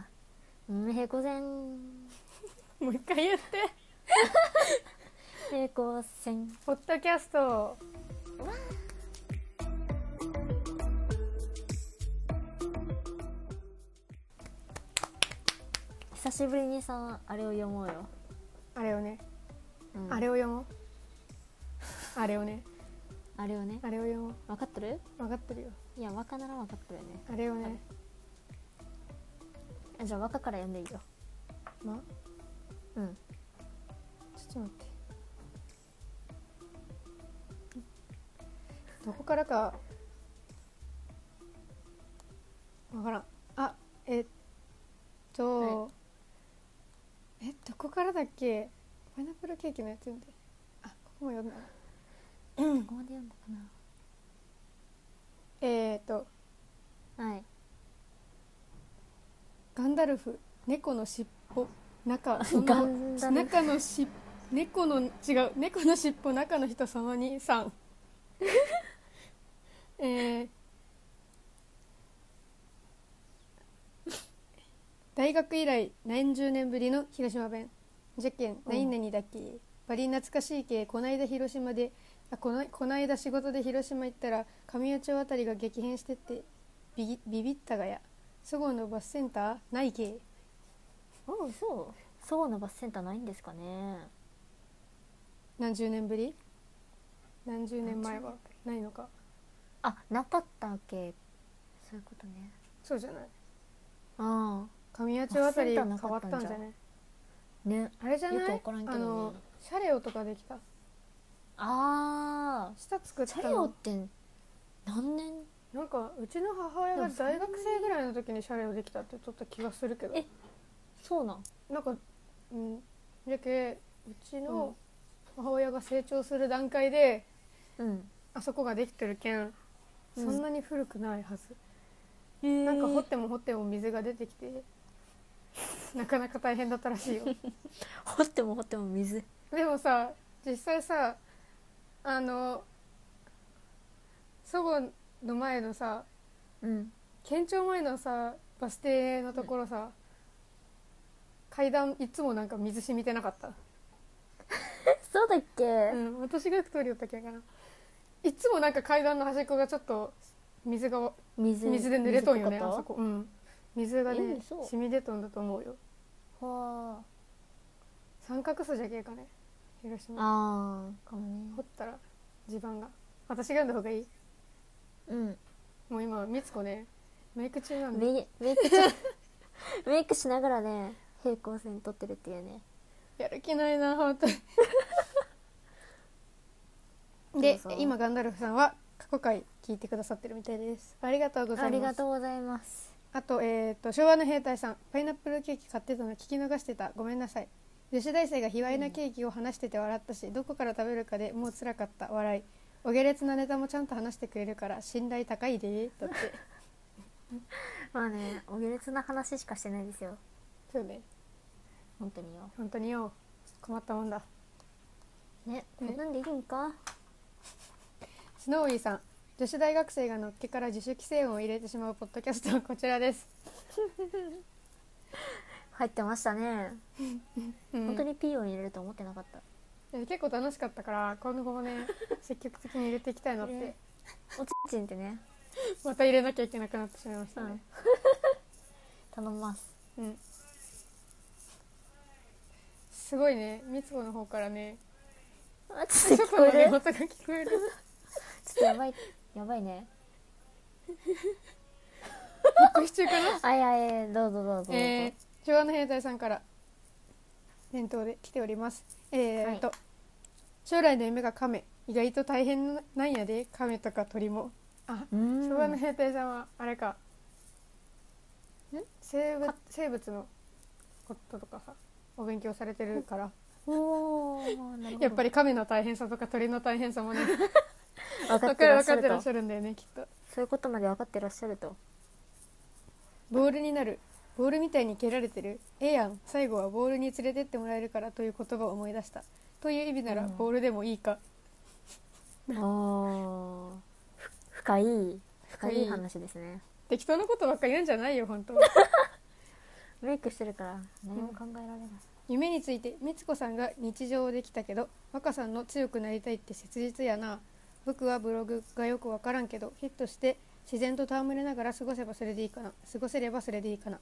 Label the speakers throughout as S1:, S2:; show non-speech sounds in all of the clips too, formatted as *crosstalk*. S1: えー、午 *laughs* 前
S2: もう一回言って
S1: 平行線
S2: ポッドキャスト
S1: 久しぶりにさあれを読もうよ、
S2: あれをね、
S1: うん
S2: あれを読もうあれをね
S1: あれをね
S2: あれを読もう
S1: 分かってる
S2: 分かってるよ
S1: いや若なら分かってるよね
S2: あれをね
S1: あじゃあ若から読んでいいよ
S2: ま
S1: うん
S2: ちょっと待ってどこからかわからんあえっと、えどこからだっけパイナップルケーキのやつ読んであここも読んだ
S1: ここまで読んだか
S2: えー、っと
S1: なはい
S2: ガンダルフ猫の尻尾中
S1: ガンダルフ
S2: 中のし猫の違う猫の尻尾中の人様にさ
S1: *laughs*
S2: んえー大学以来何十年ぶりの広島弁じゃけん
S1: うん
S2: 何々だっけ、バリ懐かしいけこないだ広島であこのこないだ仕事で広島行ったら神谷町あたりが激変してってビギビビったがやそごうのバスセンターないけ
S1: おうそうそうのバスセンターないんですかね
S2: 何十年ぶり何十年前はないのか
S1: あなかったっけそういうことね
S2: そうじゃない
S1: あ
S2: 神谷町あたり
S1: バ
S2: 変
S1: スセンター
S2: わ
S1: な
S2: っ
S1: か
S2: た
S1: ったん
S2: んじ
S1: じ
S2: ゃ
S1: ゃ
S2: ない
S1: あね
S2: あれじゃない
S1: よくわからんけど
S2: あ
S1: ね
S2: の車両とかできた
S1: あ
S2: 下作っ
S1: あチャ
S2: た
S1: リオっ
S2: の
S1: て何年
S2: なんかうちの母親が大学生ぐらいの時に車両できたって取った気がするけど
S1: えそうなん
S2: なんかうんじゃけうちの母親が成長する段階で
S1: うん
S2: あそこができてるけんそんなに古くないはず、
S1: な
S2: なんか掘っても掘っても水が出てきてなかなか大変だったらしいよ
S1: 掘っても掘っても水
S2: でもさ実際さあの祖母の前のさ
S1: うん
S2: 県庁前のさバス停のところさ、階段いつもなんか水染みてなかった、
S1: そうだっけ、
S2: うん、私がよく通りよったけんかないつもなんか階段の端っこがちょっと水が
S1: 水
S2: 水で濡れとんよね
S1: 水
S2: あ
S1: って
S2: そ
S1: こ
S2: こうん水が
S1: え
S2: ね
S1: そう
S2: 染み出とんだと思うよ
S1: とは
S2: 三角素じゃけえかね広島
S1: ああかもね
S2: 掘ったら地盤が私が読んだ方がいい
S1: うん
S2: もう今みつこねメイク中なんで
S1: メイメイクし *laughs* メイクしながらね平行線取ってるっていうね
S2: やる気ないな本
S1: *laughs*
S2: 当に
S1: そう
S2: で
S1: そう
S2: 今ガンダルフさんは過去回聞いてくださってるみたいですありがとうございます
S1: ありがとうございます
S2: あと,、えー、と昭和の兵隊さんパイナップルケーキ買ってたの聞き逃してたごめんなさい女子大生が卑猥なケーキを話してて笑ったし、どこから食べるかでもう辛かった笑いお下劣なネタもちゃんと話してくれるから信頼高いでーだって
S1: *laughs* まあねお下劣な話しかしてないですよ
S2: そうね
S1: 本当によ
S2: 本当によ困ったもんだ
S1: ねこんなんでいいんか
S2: スノーウィーさん女子大学生がのっけから自主規制音を入れてしまうポッドキャストはこちらです、
S1: 入ってましたね、
S2: うん
S1: 本当に P を入れると思ってなか
S2: *laughs*
S1: った
S2: でも結構楽しかったから今後もね積極的に入れていきたいなっ
S1: *laughs*
S2: て、
S1: ねおちんちんってね、
S2: また入れなきゃいけなくなってしまいまし
S1: う
S2: たね
S1: ん、頼みます
S2: うんすごいねみつこの方からね
S1: あちょっと聞
S2: 外
S1: こ
S2: のね
S1: え
S2: 音が
S1: る
S2: 聞
S1: *laughs*
S2: こえる
S1: ちょっとやばいやばいね
S2: 引っ越し中かな
S1: あいやいやどうぞどうぞどうぞ、
S2: えー、昭和の兵隊さんから念頭で来ておりますえー、っと、将来の夢が亀意外と大変なんやで亀とか鳥もあ
S1: うーん
S2: 昭和の兵隊さんはあれかん生物生物のこととかさお勉強されてるから
S1: おーなるほど
S2: やっぱり亀の大変さとか鳥の大変さもね
S1: 分か
S2: 分
S1: っ
S2: か
S1: て
S2: る
S1: らっ
S2: 分
S1: し
S2: か
S1: ゃ
S2: って
S1: る
S2: らっし
S1: と
S2: ゃるんだよねきっと
S1: そういうことまで分かってらっしゃると
S2: ボールになるボールみたいに蹴られてるええやん最後はボールに連れてってもらえるからという言葉を思い出したという意味なら
S1: うん
S2: ボールでもいいか、
S1: あーふ深い深
S2: 深い
S1: い話ですね
S2: 適当なことばっかり言うんじゃないよ本当
S1: メイクしてるから何も考えられない、
S2: 夢について美津子さんが日常できたけど若さんの強くなりたいって切実やな僕はブログがよくわからんけどヒットして自然と戯れながら過ごせばそれでいいかな過ごせればそれでいいかな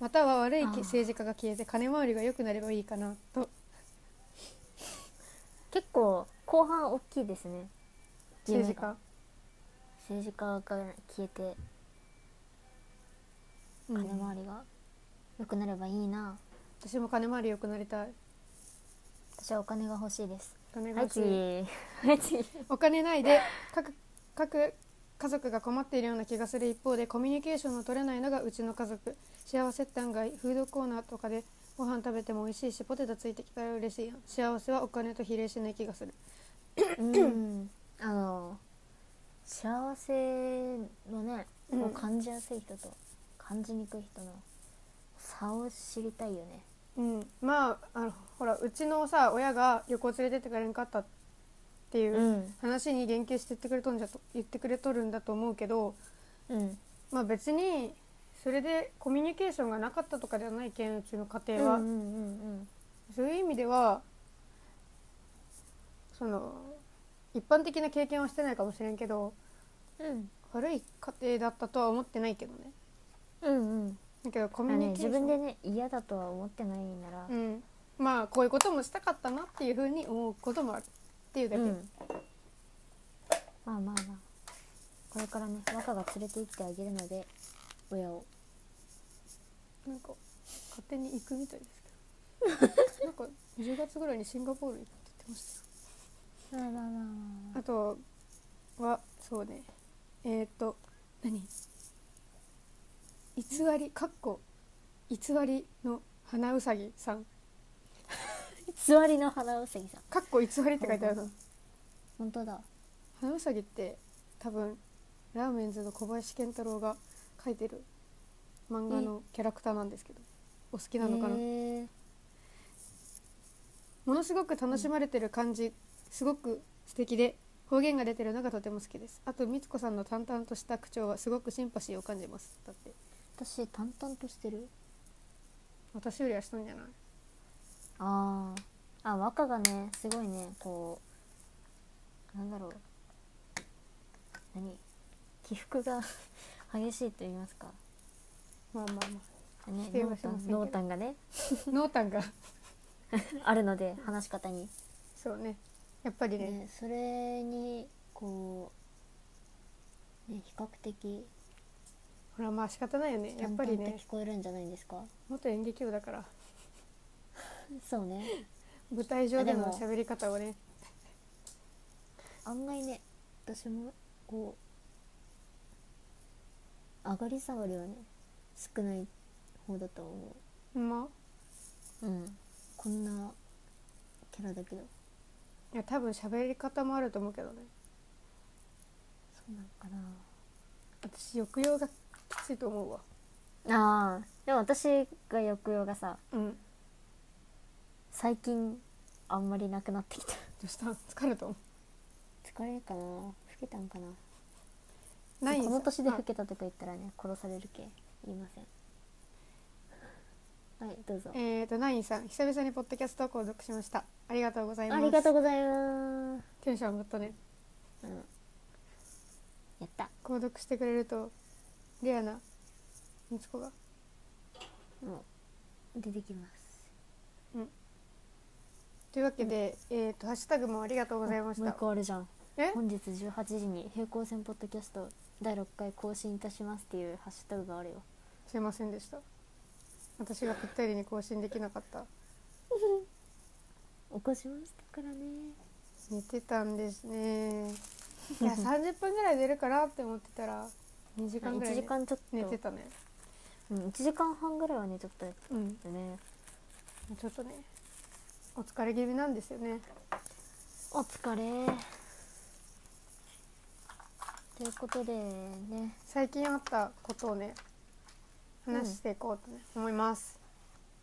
S2: または悪い
S1: あー
S2: き政治家が消えて金回りが良くなればいいかなと
S1: 結構後半大きいですね
S2: 政治家、
S1: 政治家が消えて
S2: う
S1: 金
S2: ん
S1: 回りが良くなればいいな、
S2: 私も金回り良くなりたい
S1: 私はお金が欲しいです
S2: お金
S1: はい
S2: が欲しい
S1: 次はい次
S2: お金ないで各各家族が困っているような気がする一方でコミュニケーションの取れないのがうちの家族幸せって案外フードコーナーとかでご飯食べても美味しいしポテトついてきたら嬉しいやん幸せはお金と比例しない気がする
S1: うんあの幸せのね
S2: うん
S1: を感じやすい人と感じにくい人の差を知りたいよね
S2: うんまああのほらうちのさ親が旅行連れてってくれんかったっていううん話に言及してってくれとんじゃと言ってくれとるんだと思うけど
S1: うん
S2: まあ別にそれでコミュニケーションがなかったとかではないけんうちの家
S1: うんう
S2: 庭
S1: ん
S2: は。
S1: うん
S2: そういう意味ではその一般的な経験はしてないかもしれんけど
S1: うん
S2: 悪い家庭だったとは思ってないけどね
S1: うんうん
S2: だけどコ
S1: あ
S2: ミュ
S1: の
S2: ニ
S1: ね
S2: ケーショ
S1: 自
S2: ン、
S1: 分でね嫌だとは思ってないなら
S2: うん、まあこういうこともしたかったなっていうふうに思うこともあるっていうだけ、
S1: うんまあまあまあこれからね若が連れて行ってあげるので親を
S2: なんか勝手に行くみたいで
S1: *laughs*
S2: すけどなんか10月ぐらいにシンガポール行くって言ってましたよ
S1: まあまあまあ
S2: あとはそうねえー、っと何偽りかっこ偽りの花うさぎさん
S1: 座りの花うさぎさん
S2: かっこ偽りって書いてあるの
S1: 本当だ
S2: 花うさぎって多分ラーメンズの小林健太郎が書いてる漫画のキャラクターなんですけどお好きなのかな、
S1: へー
S2: ものすごく楽しまれてる感じすごく素敵で方言が出てるのがとても好きですあとみつこさんの淡々とした口調はすごくシンパシーを感じますだって
S1: 私淡々としてる
S2: 私よりはしたんじゃない
S1: あーあ若がねすごいねこうなんだろう何起伏が *laughs* 激しいと言いますか
S2: まあまあ
S1: ね
S2: 否定は
S1: 濃
S2: しません
S1: 淡
S2: けど
S1: 濃淡がね
S2: まあ濃淡が
S1: あるので話し方に
S2: そうねやっぱりね
S1: ね、それにこう、ね、比較的
S2: ほらまあ仕方ないよねやっ
S1: 淡
S2: ぱ
S1: 々
S2: り
S1: と
S2: ね
S1: 聞こえるんじゃないんですか、
S2: 元演劇部だから
S1: そうね
S2: 舞台上で
S1: あで
S2: の
S1: も
S2: 喋り方をね
S1: 案外ね私もこう上がり下がりはね少ない方だと思
S2: まあ
S1: ううんこんなキャラだけど
S2: いや多分喋り方もあると思うけどね
S1: そうなのか
S2: 私抑揚がきついと思うわ
S1: なあーでも私が抑揚がさ
S2: うん
S1: 最近あんまりなくなってきた
S2: どうした疲れたの
S1: 疲れるかな老けたんかな
S2: ない
S1: この年で
S2: あ
S1: 老けたとか言ったらね殺されるけ言いませんはいどうぞ
S2: えー、とナインさん久々にポッドキャストを購読しましたありがとうございます
S1: ありがとうございます、
S2: テンション上がったね
S1: うん、やった
S2: 購読してくれるとレアなみつこが
S1: もう出てきます
S2: というわけで、えー、とハッシュタグもありがとうございまし
S1: もう一
S2: た
S1: 個あるじゃん
S2: え
S1: 本日18時に「平行線ポッドキャスト第6回更新いたします」っていうハッシュタグがあるよ
S2: すいませんでした私がぴったりに更新できなかった
S1: 起こしましたからね
S2: 寝てたんですねいや30分ぐらい出るかなって思ってたら2時間ぐら
S1: 1
S2: い
S1: 時
S2: ね
S1: 間ちょっと
S2: 寝てたね
S1: うん、1時間半ぐらいはねちょっとやっ
S2: うん
S1: てね
S2: ちょっとねお疲れ気味なんですよね
S1: お疲れということでね
S2: 最近あったことをね話していこうとね、思います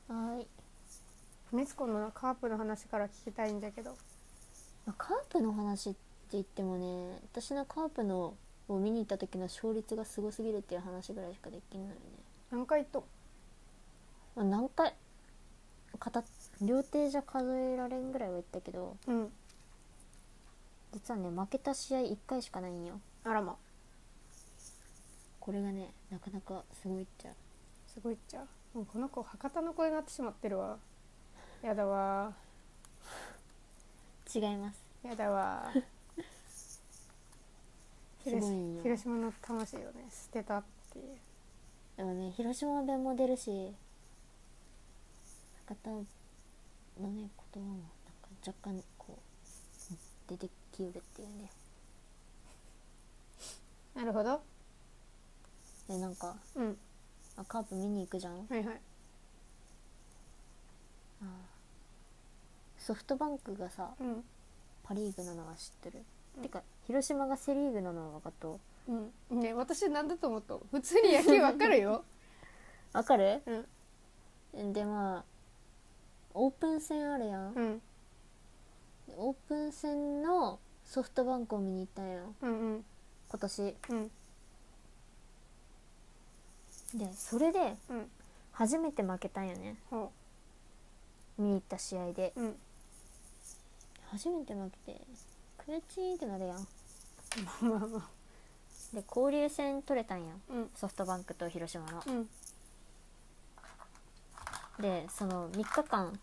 S1: はい
S2: みつこのカープの話から聞きたいんだけど
S1: まあカープの話って言ってもね私のカープのを見に行った時の勝率がすごすぎるっていう話ぐらいしかできないね
S2: 何回と
S1: まあ何回片両手じゃ数えられんぐらいは行ったけど
S2: うん
S1: 実はね負けた試合1回しかないんよ
S2: あらます
S1: これがねなかなかすごいっちゃ
S2: ごいっちゃもうこの子博多の子になってしまってるわやだわ
S1: 違います
S2: やだわ
S1: すごい
S2: *laughs* 広
S1: んよ
S2: 広島の魂をね捨てたっていう
S1: でもね広島弁も出るし博多のね言葉もなんか若干こう出てきうるっていうね
S2: なるほど
S1: でなんか
S2: うん
S1: あカープ見に行くじゃん
S2: はいはい
S1: あソフトバンクがさ
S2: うん
S1: パ・リーグなのは知ってる、
S2: うん
S1: てか広島がセ・リーグなのは分かっと
S2: うんね私なんだと思った普通に野球わかるよ
S1: 分かる
S2: うん
S1: でまあオープン戦あるやん、
S2: うん
S1: オープン戦のソフトバンクを見に行ったんよ
S2: うんうん
S1: 今年
S2: うん
S1: でそれで
S2: うん
S1: 初めて負けたんよね
S2: ほ
S1: 見に行った試合で
S2: ううん
S1: 初めて負けて悔しいってなるやん
S2: まあまあ
S1: で交流戦取れたんや
S2: うん
S1: ソフトバンクと広島の
S2: うん
S1: でその3日間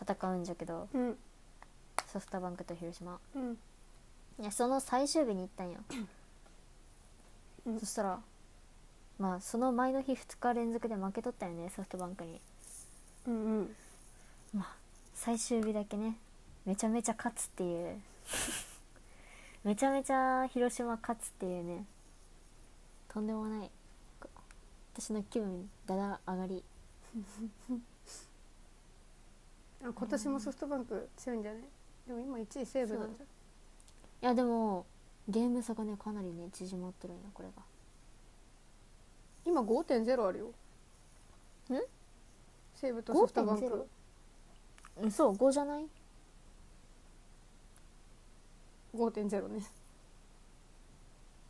S1: 戦うんじゃけど
S2: うん
S1: ソフトバンクと広島
S2: うん
S1: いやその最終日に行ったんよ、
S2: うん
S1: そしたらまあその前の日2日連続で負けとったよねソフトバンクに
S2: うんうん
S1: まあ最終日だけねめちゃめちゃ勝つっていう *laughs* めちゃめちゃ広島勝つっていうねとんでもないこ私の気分だだ上がり
S2: あ今年もソフトバンク強いんじゃないでも今1位西武なんじゃ
S1: いやでもゲーム差がねかなりね縮まってるんよこれが
S2: 今5.0あるよ
S1: ん
S2: 西武とソフトバンク
S1: 5.0うんそう5じゃない
S2: 5.0ね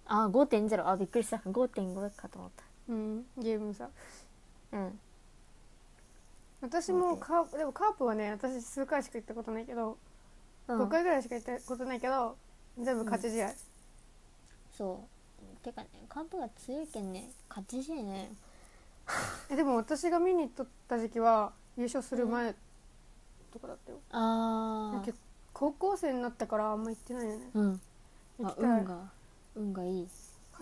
S1: あ5.0あびっくりした5.5かと思っ
S2: うんゲーム差
S1: たうん
S2: 私もカープでもカープはね私数回しか行ったことないけど、
S1: うん
S2: 5回ぐらいしか行ったことないけど全部勝ち試合、
S1: そうてかねカープが強いけんね勝ち試合ね
S2: えでも私が見に行っとった時期は優勝する前とかだったよ、
S1: あ
S2: だけど高校生になったからあんま行ってないよね
S1: うん
S2: 行
S1: あ
S2: きたい
S1: 運が運がいい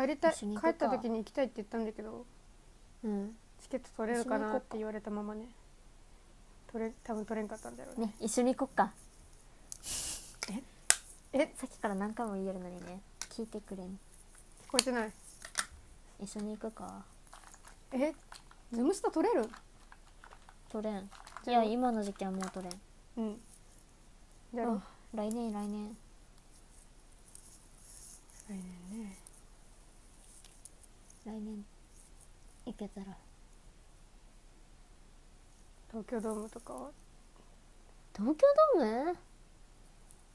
S2: 帰りたい
S1: 一緒に行
S2: 帰
S1: こう
S2: っ
S1: か
S2: た時に行きたいって言ったんだけど
S1: うん
S2: チケット取れるか
S1: 一緒に行
S2: な
S1: こう
S2: っ
S1: か
S2: て言われたままね取れ多分取れんかったんだろうね
S1: ね一緒に行こっか
S2: え
S1: さっきから何回も言えるのにね聞いてくれん
S2: 聞こえてない
S1: 一緒に行くか
S2: えズムスタ取れる
S1: 取れんい
S2: じゃ
S1: や
S2: あ
S1: 今の時期はもう取れん
S2: うんだろ、
S1: うん来年来年
S2: 来年ね
S1: 来年行けたら
S2: 東京ドームとかは
S1: 東京ドーム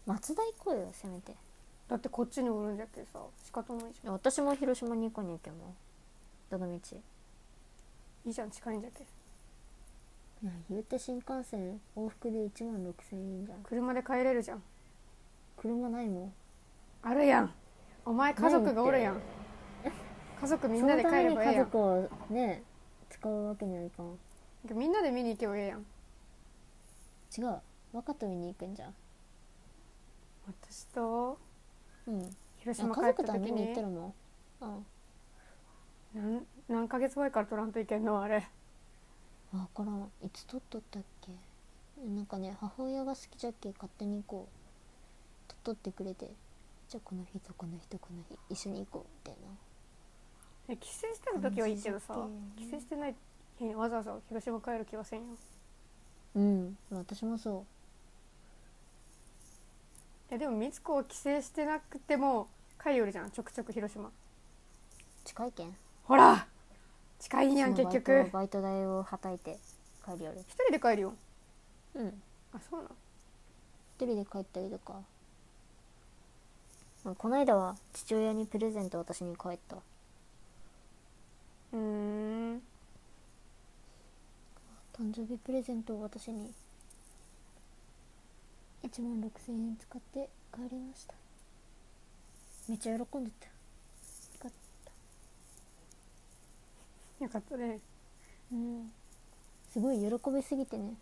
S1: 松田行こうよせめて
S2: だってこっちにおるんじゃけさ仕方ないじゃん
S1: 私も広島に行こうに行けもどの道
S2: いいじゃん近いんじゃけ
S1: いや言うて新幹線往復で1万6000円じゃん
S2: 車で帰れるじゃん
S1: 車ないもん
S2: あるやんお前家族がおるや
S1: なんい
S2: 家族みんなで帰ればええ
S1: そのために家
S2: やん
S1: 族をね使うわけにはいかん
S2: みんなで見に行けばええやん
S1: 違う若飛びに行くんじゃん
S2: 私と
S1: うんい
S2: 広
S1: や
S2: 島帰
S1: 家
S2: った
S1: 族とは
S2: 時
S1: 見に行
S2: に
S1: ってるもんうん
S2: なん何ヶ月前から取らんといけんのあれ
S1: 分からんいつ撮っとったっけなんかね母親が好きじゃっけ勝手に行こう撮っとってくれてじゃあこの日とこの日とこの日一緒に行こうみたいな
S2: え帰省してる時はいいけどさ
S1: 感じ
S2: 帰
S1: だけどね
S2: 省してない日にわざわざ広島帰る気はせんよ
S1: うん私もそ
S2: えでもみつこは帰省してなくても帰よるじゃんちょくちょく広島
S1: う近いけん
S2: ほら近いんやん
S1: そのバ
S2: 結
S1: イト
S2: 局
S1: バイト代をはたいて帰りよる
S2: 一人で帰るよ
S1: うん
S2: あそうなの
S1: 一人で帰ったりとかまあこの間は父親にプレゼントを私に帰った
S2: うーん
S1: 誕生日プレゼントを私に1万6000円使って帰りましためっちゃ喜んでたよかった
S2: よかったね
S1: うんすごい喜びすぎてね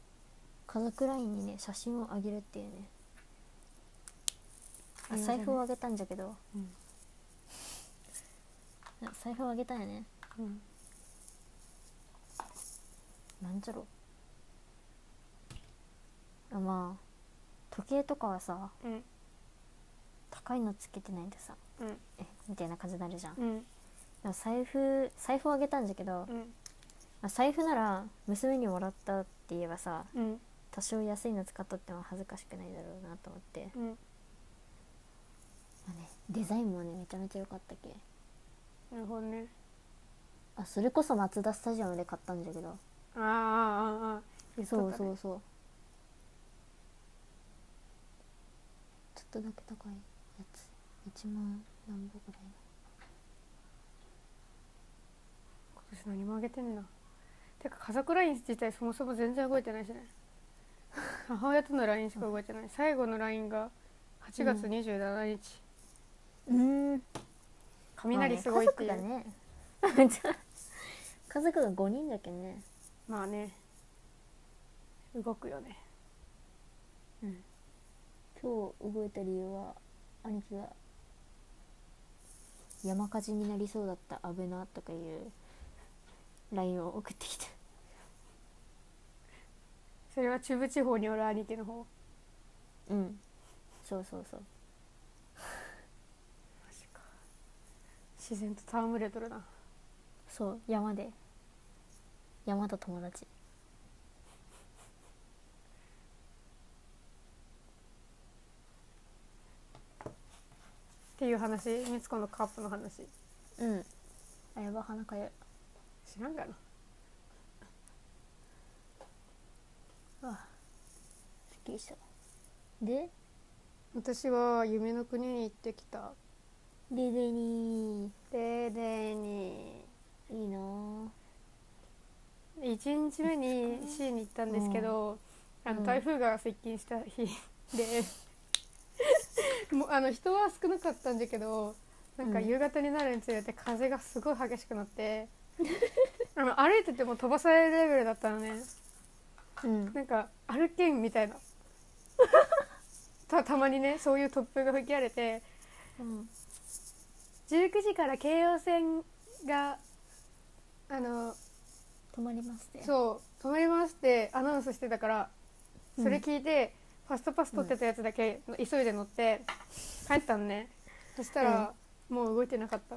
S1: 家族ラインにね写真をあげるっていうねあ
S2: いいわ
S1: 財布をあげたんじゃけど、
S2: うん
S1: あ財布をあげたよね
S2: うん
S1: なんじゃろあまあ時計とかはさ
S2: うん
S1: 高いのつけてないんでさ
S2: うん
S1: えみたいな感じになるじゃん、で
S2: うん
S1: も財布財布をあげたんじゃけど、
S2: うん
S1: まあ財布なら娘にもらったって言えばさ
S2: うん
S1: 多少安いの使っとっても恥ずかしくないだろうなと思って、
S2: うん
S1: まあね、デザインもねめちゃめちゃ良かったけ
S2: なるほどね
S1: あそれこそマツダスタジアムで買ったんだけど
S2: ああああああ言っと
S1: そ
S2: っ
S1: う
S2: たね
S1: そうそうちょっとだけ高いやつ1万何ぼぐらい
S2: 今年何もあげてんなてか家族 LINE 自体そもそも全然動いてないしね *laughs* 母親との LINE しか動いてない最後の LINE が8月
S1: うん
S2: 27日、
S1: うん
S2: 雷すごいっていう、
S1: まあ
S2: まあ
S1: ね、家族が
S2: ね
S1: ね *laughs* じゃあ家族が5人だけんね
S2: 動くよね
S1: 今日動いた理由は兄貴が山火事になりそうだった危なとかいう LINE を送ってきた
S2: それは中部地方におる兄貴の方
S1: うんそうそうそう
S2: 自然と戯れとるな
S1: そう山で山と友達
S2: っていう話みつこのカップの話
S1: うんあやば鼻かゆい
S2: 知らんがな
S1: すっきりしたで
S2: 私は夢の国に行ってきた
S1: デデに
S2: ででに
S1: いいなぁ
S2: 1日目にシーに行ったんですけど、あ
S1: う
S2: の
S1: ん
S2: 台風が接近した日で、もうあの人は少なかったんだけどなんか
S1: うん
S2: 夕方になるにつれて風がすごい激しくなって、あの歩いてても飛ばされるレベルだったのね
S1: うん
S2: なんか歩けんみたいなたたまにねそういう突風が吹き荒れて
S1: うん
S2: 19時から京葉線があの
S1: 止まりますね
S2: そう「止まります」ってアナウンスしてたから
S1: うん
S2: それ聞いて、ファストパス取ってたやつだけ急いで乗って帰ったのねそしたら、もう動いてなかった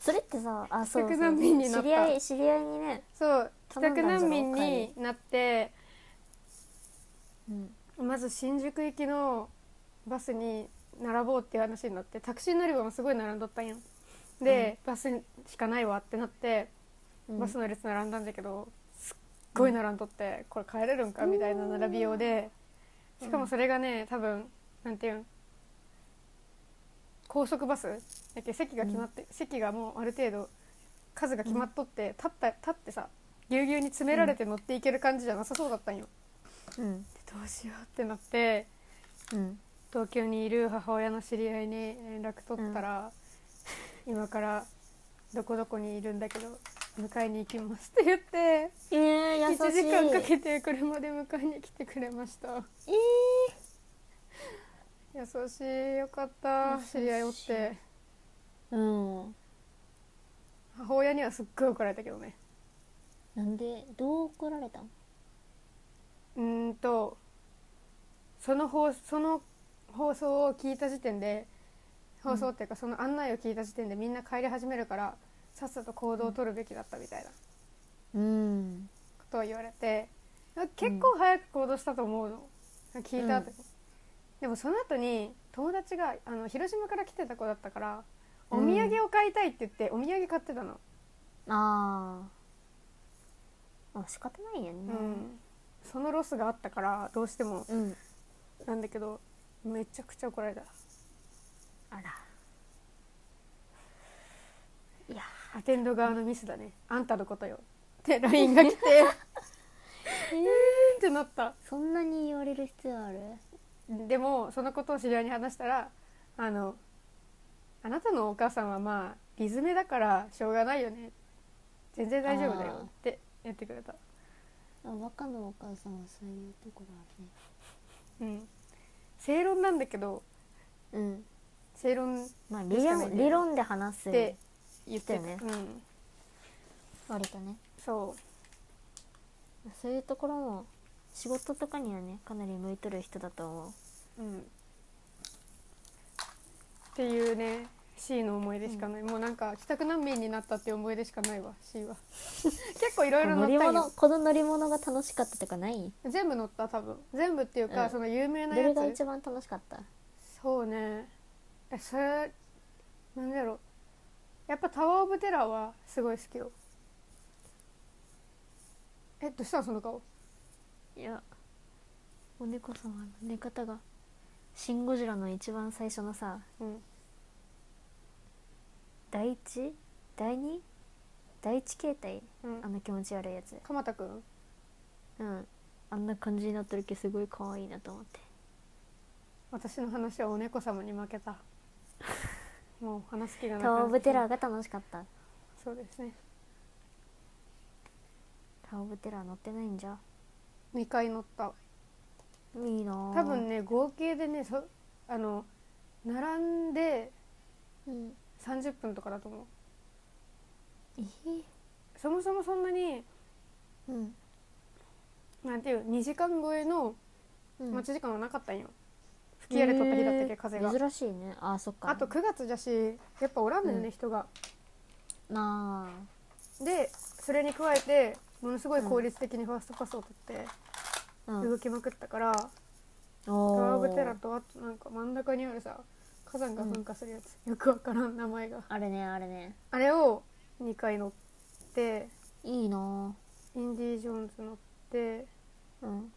S1: それってさあそうそう
S2: 帰宅難民になった
S1: 知り合い知り合いにね、
S2: そう帰
S1: 頼んだ
S2: 宅
S1: んだろ
S2: 難民になって
S1: うん、
S2: まず新宿行きのバスに並ぼうっていう話になってタクシー乗り場もすごい並んどったんよで、バスしかないわってなってバスの列並んだんだけど、すっごい並んどって、これ帰れるんかみたいな並びようで、しかもそれがね多分なんていうん高速バスだっけ席が決まって、席がもうある程度数が決まっとって、立った立ってさぎゅうぎゅうに詰められて乗っていける感じじゃなさそうだったんよ、
S1: うん
S2: でどうしようってなって
S1: うん
S2: 東京にいる母親の知り合いに連絡取ったら、今からどこどこにいるんだけど迎えに行きますって言って
S1: ええ優しい
S2: 1時間かけて車で迎えに来てくれました
S1: え
S2: 優しいよかった
S1: 優しい
S2: 知り合いおって
S1: えうん
S2: 母親にはすっごい怒られたけどね
S1: なんでどう怒られたん
S2: うーんとその放その放送を聞いた時点で放送っていうかその案内を聞いた時点でみんな帰り始めるからさっさと行動を取るべきだったみたいな
S1: うん
S2: ことを言われて結構早く行動したと思うの聞いた後に、でもその後に友達があの広島から来てた子だったからお土産を買いたいって言ってお土産買ってたの、
S1: あーあ仕方ないやんね
S2: うんそのロスがあったからどうしても
S1: うん、
S2: なんだけどめちゃくちゃ怒られた
S1: あら
S2: アテンド側のミスだねあんたのことよって LINE が来てえーってなった
S1: そんなに言われる必要ある
S2: でもそのことを知り合いに話したらあの「あなたのお母さんはまあ理詰めだからしょうがないよね全然大丈夫だ
S1: あー
S2: よ」って言ってくれた
S1: あバカのお母さんはそういうところあ
S2: うん正論なんだけど
S1: るねうん
S2: 正論っ
S1: まあ
S2: で
S1: 理
S2: しかない
S1: 論
S2: けど
S1: 理論で話す
S2: て言って
S1: だよね
S2: うん
S1: 割とね
S2: そう
S1: そういうところも仕事とかにはねかなり向いとる人だと思う
S2: うんっていうね C の思い出しかない、もうなんか帰宅難民になったっていう思い出しかないわ C は *laughs* 結構いろいろ乗
S1: 乗
S2: っ
S1: り
S2: たん
S1: 物
S2: よ
S1: この乗り物が楽しかったとかない
S2: 全部乗った多分全部っていうか、
S1: うん
S2: その有名
S1: ど
S2: な
S1: れ
S2: や
S1: が一
S2: つ
S1: 番楽しかった
S2: そうねえそれなんだろうやっぱタワー・オブ・テラーはすごい好きよえどうしたのその顔
S1: いやお猫様の寝方が「シン・ゴジラ」の一番最初のさ
S2: うん
S1: 第一第二第一形態
S2: うん
S1: あの気持ち悪いやつ
S2: 鎌田くん
S1: うんあんな感じになってるけすごい可愛いなと思って
S2: 私の話はお猫様に負け
S1: *laughs*
S2: たもう話す気がなく
S1: タワー・オブ・テラー
S2: が
S1: が楽しかった
S2: そうですね
S1: タワー・オブ・テラー乗ってないんじゃ
S2: 2回乗った
S1: いいなぁ
S2: 多分ね合計でねそあの並んで
S1: うん
S2: 30分とかだと思う
S1: えー
S2: そもそもそんなに
S1: うん
S2: なんていう2時間超えの
S1: うん
S2: 待ち時間はなかったんよ、吹き荒れとった日だったっけ、
S1: えー
S2: 風が
S1: 珍しいねあそっか
S2: あと9月じゃしやっぱおらんのよね、
S1: うん
S2: 人が
S1: なあ
S2: でそれに加えてものすごい効率的にファーストパスを取って
S1: うん、
S2: 動きまくったから、タ
S1: お
S2: ワー・オ
S1: ー
S2: ブ・テラとあとなんか真ん中にあるさ火山が噴火するやつ、よくわからん名前が
S1: あれねあれね
S2: あれを2回乗って
S1: いいな
S2: インディ・ージョーンズ乗って
S1: ぁうん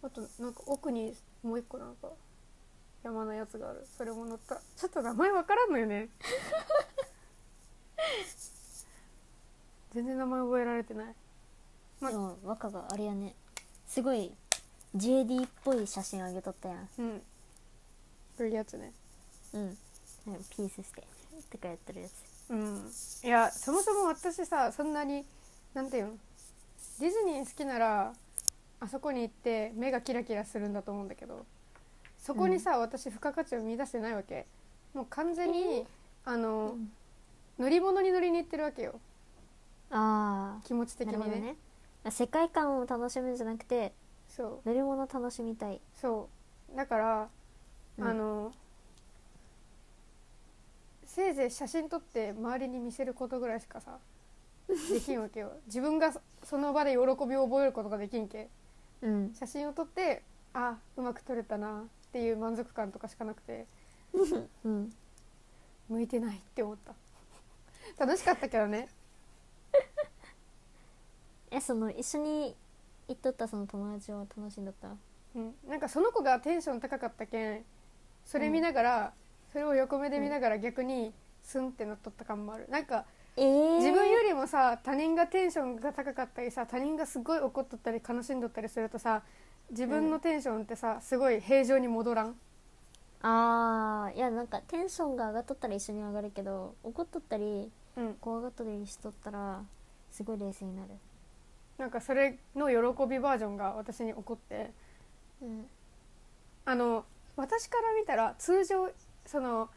S2: あとなんか奥にもう一個なんか山のやつがあるそれも乗ったちょっと名前わからんのよね *laughs* 全然名前覚えられてないま
S1: でも若があれやねすごい JD っぽい写真あげとったやん
S2: うんこういうやつね
S1: うんなんかピースしてとかやってるやつ
S2: うんいやそもそも私さそんなになんていうのディズニー好きならあそこに行って目がキラキラするんだと思うんだけどそこにさ、私付加価値を見出してないわけもう完全に、あの、
S1: うん
S2: 乗り物に乗りに行ってるわけよ
S1: あ
S2: 気持ち
S1: あ
S2: 的
S1: なる
S2: に
S1: ほど
S2: ね
S1: ねあ世界観を楽しむんじゃなくて
S2: そう
S1: 乗り物楽しみたい
S2: そうだから、
S1: うん
S2: あのせいぜい写真撮って周りに見せることぐらいし
S1: *laughs*
S2: かさできんわけよ自分がその場で喜びを覚えることができんけ
S1: うん
S2: 写真を撮ってあうまく撮れたなっていう満足感とかしかなくて
S1: うん
S2: 向いてないって思った *laughs* 楽しかったけどね
S1: えその一緒に行っとったその友達は楽しんだった
S2: うん、なんかその子がテンション高かったけんそれ見ながら、それを横目で見ながら逆にスンってなっとった感もあるなんか
S1: えー、
S2: 自分よりもさ他人がテンションが高かったりさ他人がすごい怒っとったり悲しんどったりするとさ自分のテンションってさすごい平常に戻らん
S1: ああいやなんかテンションが上がっとったら一緒に上がるけど怒っとったり
S2: うん
S1: 怖がっとったりしとったらすごい冷静になる
S2: なんかそれの喜びバージョンが私に起こって
S1: うん
S2: あの私から見たら通常その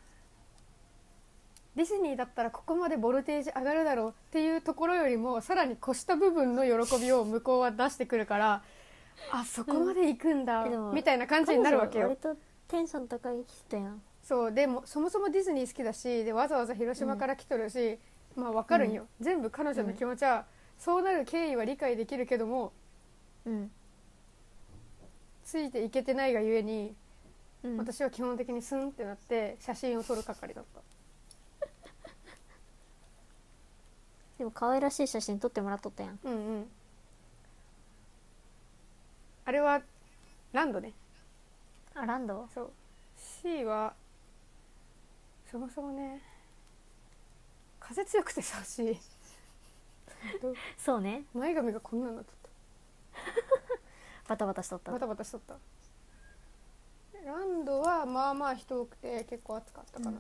S2: ディズニーだったらここまでボルテージ上がるだろうっていうところよりもさらに越した部分の喜びを向こうは出してくるからあそこまで行くんだ、
S1: うんでも
S2: みたいな感じになるわけよ
S1: 彼女割とテンション高い人やん
S2: そうでもそもそもディズニー好きだしでわざわざ広島から来とるし、まあわかるんよ、全部彼女の気持ちは、そうなる経緯は理解できるけども
S1: うん、
S2: ついていけてないがゆえに、
S1: うん、
S2: 私は基本的にスンってなって写真を撮る係だった
S1: でも可愛らしい写真撮ってもらっとったやん
S2: うんうんあれはランドね
S1: あランド
S2: そう C はそもそもね風強くてさ C
S1: そうね
S2: 前髪がこんなんなっとった
S1: バタバタしとった
S2: バタバタしとったランドはまあまあ人多くて結構暑かったかな、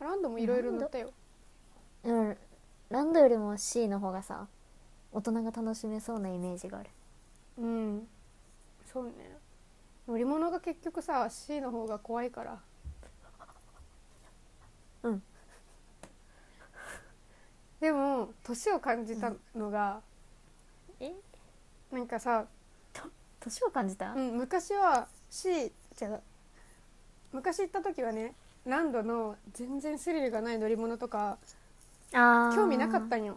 S2: ランドもいろいろ乗ったよ
S1: うんランドよりも C の方がさ大人が楽しめそうなイメージがある
S2: うんそうね乗り物が結局さ C の方が怖いから
S1: うん
S2: でも年を感じたのが、
S1: え
S2: なんかさ、
S1: 年を感じた、
S2: うん、昔は C 違う昔行った時はねランドの全然スリルがない乗り物とか
S1: あー
S2: 興味なかったんよ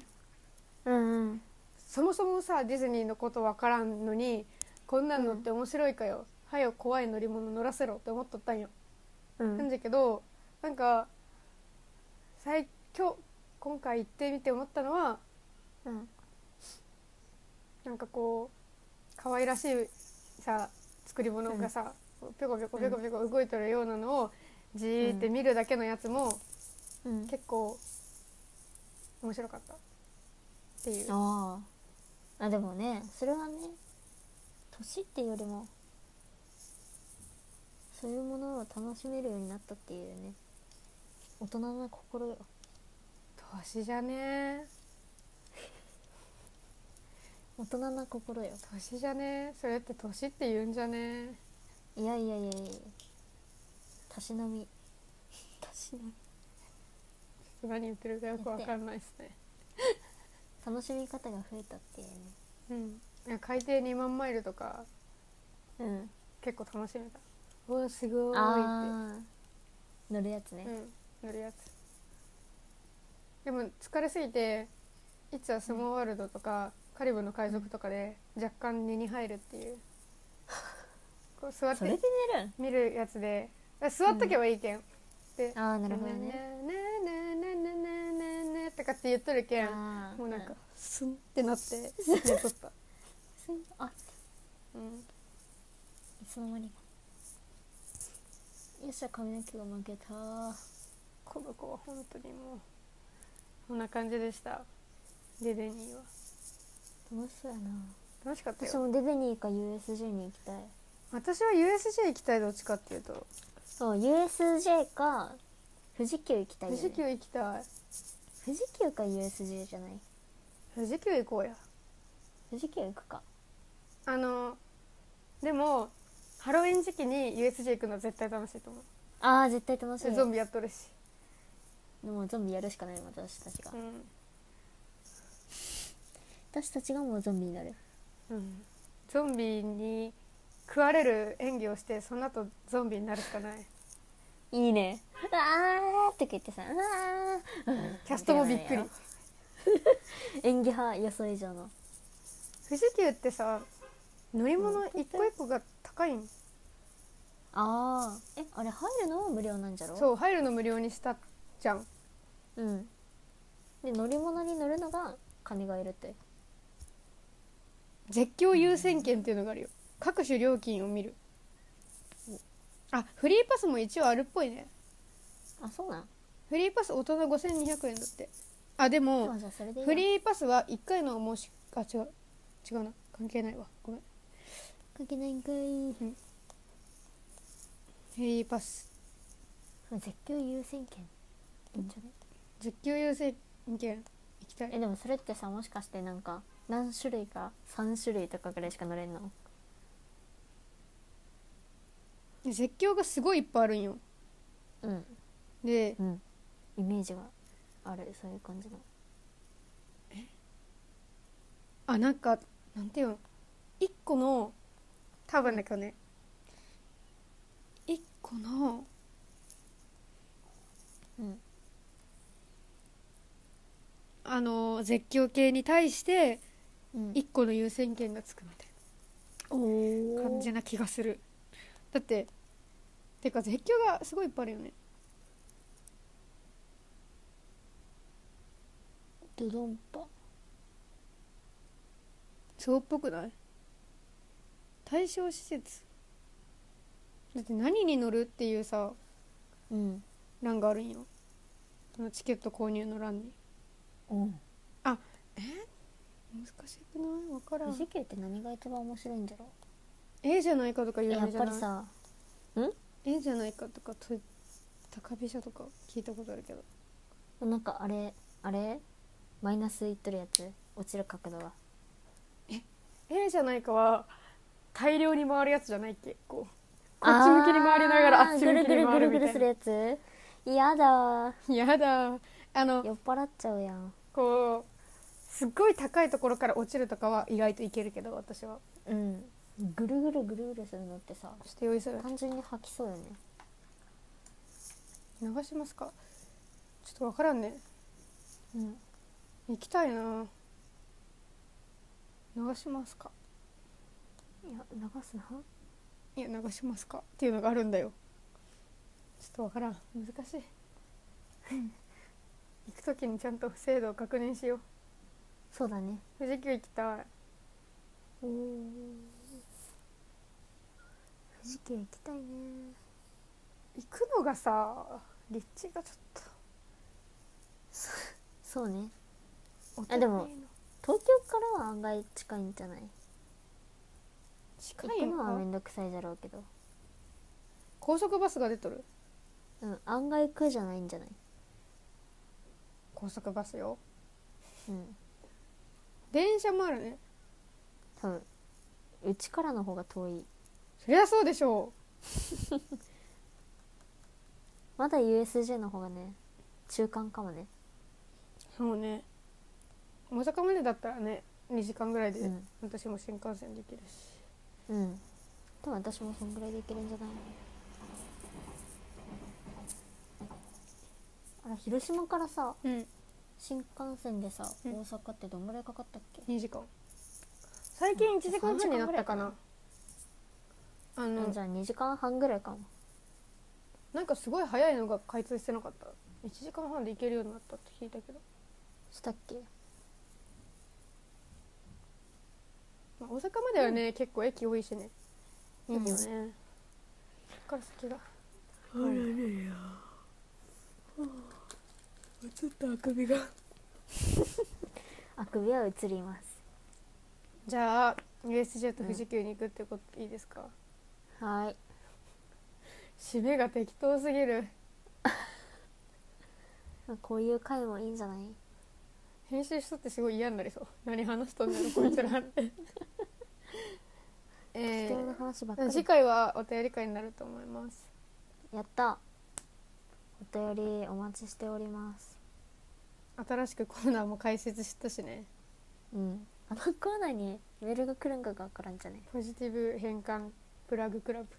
S1: うんうん
S2: そもそもさディズニーのことわからんのにこんなんのって面白いかよ、はよ怖い乗り物乗らせろって思っとったんよ、
S1: う
S2: なん
S1: ん
S2: だけどなんか最今日今回行ってみて思ったのは
S1: うん
S2: なんかこう可愛らしいさ作り物がさ、ぴょこぴょこぴょこぴょこ動いてるようなのをじーって見るだけのやつも
S1: うん
S2: 結構面白かったっていう
S1: あーあでもねそれはね年っていうよりもそういうものを楽しめるようになったっていうね大人な心よ
S2: 年じゃね
S1: 大人な心よ
S2: 年じゃねそれって年って言うんじゃね
S1: いやいやいやいやいやたしなみ *laughs* たしなみ
S2: 何言ってるかよくわかんないですね
S1: 楽しみ方が増えたっていうね
S2: うんいや海底2万マイルとか
S1: うん
S2: 結構楽しめたおーすごーいっ
S1: あー乗るやつね
S2: て、うん乗るやつでも疲れすぎていつはスモーワールドとか、カリブの海賊とかで若干寝に入るっていうこう座っ
S1: それで
S2: て
S1: 寝るん
S2: 見るやつであ座っとけばいいけん、で
S1: ああなるほどね
S2: ねねねねねねねねとかって言っとるけん
S1: あー
S2: もうなんか
S1: ん
S2: スンってなって寝とった、
S1: すんあい
S2: うん、
S1: つの間にかよっしゃ髪の毛が負けた
S2: この子は本当にもうこんな感じでしたデデニーは
S1: 楽しそうやな
S2: 楽しかった
S1: 私
S2: よ
S1: もデベニーか USJ に行きたい
S2: 私は USJ 行きたいどっちかっていうと
S1: そう USJ か富士急行きたいよ、
S2: 富
S1: ね、
S2: 士急行きたい
S1: 富士急か USJ じゃない
S2: 富士急行こうや
S1: 富士急行くか
S2: あのでもハロウィン時期に USJ 行くのは絶対楽しいと思う
S1: ああ絶対楽しい
S2: ゾンビやっとるし
S1: でもゾンビやるしかないもん私たちが
S2: うん、
S1: 私たちがもうゾンビになる
S2: うん、ゾンビに食われる演技をしてその後ゾンビになるしかない *laughs*
S1: いいねあーって言ってさあー
S2: キャストもびっくり
S1: 演技派予想以上の
S2: 富士急ってさ乗り物一個一個が高いん
S1: ああえあれ入るのは無料なんじゃろ
S2: そう入るの無料にしたじゃん
S1: ううんで乗り物に乗るのが金がいるって
S2: 絶叫優先権っていうのがあるよ各種料金を見るあフリーパスも一応あるっぽいね
S1: あそうなん
S2: フリーパス大人5200円だってあでも
S1: あじゃあそれでいいや
S2: フリーパスは1回の申しあ違う違うな関係ないわごめん
S1: かけないんかい
S2: フリーパス
S1: 絶叫優先権いいんじゃね
S2: 絶叫優先権行きたい
S1: えでもそれってさもしかしてなんか何種類か3種類とかぐらいしか乗れんの
S2: 絶叫がすごいいっぱいあるんよ
S1: うん
S2: で
S1: うんイメージがあるそういう感じの
S2: あなんかなんていうの一個の多分だけどね一個の
S1: うん
S2: あの絶叫系に対して
S1: うん
S2: 一個の優先権がつくみたい
S1: お
S2: な感じな気がするだっててか絶叫がすごいいっぱいあるよね
S1: ドドンパ
S2: そうっぽくない対象施設だって何に乗るっていうさ
S1: うん
S2: 欄があるんよそのチケット購入の欄に
S1: うん
S2: 難しくないわからん
S1: 富士急って何が一番面白いんじゃろう
S2: ええじゃないかとか
S1: え
S2: 有
S1: やっ
S2: 名じゃ
S1: ぱ
S2: な
S1: り
S2: い
S1: さ
S2: ええじゃないかとかと高飛車とか聞いたことあるけど
S1: なんかあれあれマイナスいっとるやつ落ちる角度が
S2: ええじゃないかは大量に回るやつじゃないっけこうこっち向きに回りながらあっち向きに回る
S1: ぐるぐるぐるぐ
S2: み
S1: る
S2: た
S1: す
S2: い
S1: る
S2: な
S1: やつ嫌だ
S2: *laughs* やだあの
S1: 酔っ払っちゃうやん
S2: こうすっごい高いところから落ちるとかは意外といけるけど私は
S1: うんぐるぐるぐるぐるするのってさ
S2: ちょっと用意する
S1: 単純に吐きそうよね
S2: 流しますかちょっとわからんね
S1: うん
S2: 行きたいな流しますか
S1: いや流すない
S2: や流しますかっていうのがあるんだよちょっとわからん難しい *laughs* 行く時にちゃんと精度を確認しよう
S1: そうだね
S2: 富士急行きたい
S1: おー富士急行きたいね
S2: 行くのがさ立地がちょっ
S1: そうね
S2: とお
S1: あでも
S2: 互いの
S1: 東京からは案外近いんじゃない
S2: 近
S1: 行く
S2: いの
S1: のは
S2: か
S1: めんどくさいじゃろうけど
S2: 高速バスが出とる
S1: うん案外苦じゃないんじゃない
S2: 高速バスよ
S1: うん
S2: 電車もあるね
S1: 多分うちからの方が遠い
S2: そりゃそうでしょ
S1: まだ USJ の方がね中間かもね
S2: うそうね大阪までだったらね2時間ぐらいで、
S1: うん
S2: 私も新幹線できるし
S1: うん多分私もそんぐらいでいけるんじゃないあら広島からさ
S2: うん
S1: 新幹線でさ、
S2: うん
S1: 大阪ってどんぐらいかかったっけ、
S2: 2時間最近1時間半になったかなあ
S1: あ
S2: の
S1: じゃあ2時間半ぐらいかも
S2: なんかすごい早いのが開通してなかった1時間半で行けるようになったって聞いたけど、
S1: したっけ
S2: まあ、大阪まではね、結構駅多いしねいいよね、
S1: うん
S2: そっから先がちょっとあくびが
S1: あくびは移ります
S2: じゃあ USJ と富士急に行くってこといいですか、
S1: はい
S2: 締めが適当すぎる
S1: まあこういう回もいいんじゃない
S2: 編集しとってすごい嫌になりそう何話しとんねんこいつらって
S1: *laughs*
S2: え
S1: 適当な話ばっか
S2: ー、
S1: り
S2: 次回はお便り会になると思います
S1: やったお便りお待ちしております
S2: 新しくコーナーも開設したしね
S1: うんあのコーナーにメールが来るんかがわからんじゃね
S2: ポジティブ変換プラグクラブ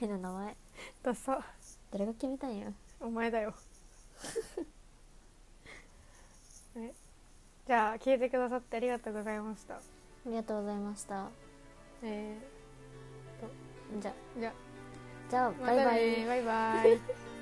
S1: 変な名前
S2: ダサ
S1: 誰が決めたんや
S2: お前だよ *laughs* えじゃあ聞いてくださってありがとうございました
S1: ありがとうございました
S2: え
S1: じゃ
S2: ー、じゃあ
S1: じゃあ
S2: ま
S1: バイ
S2: た
S1: バイ、
S2: ねバイバイ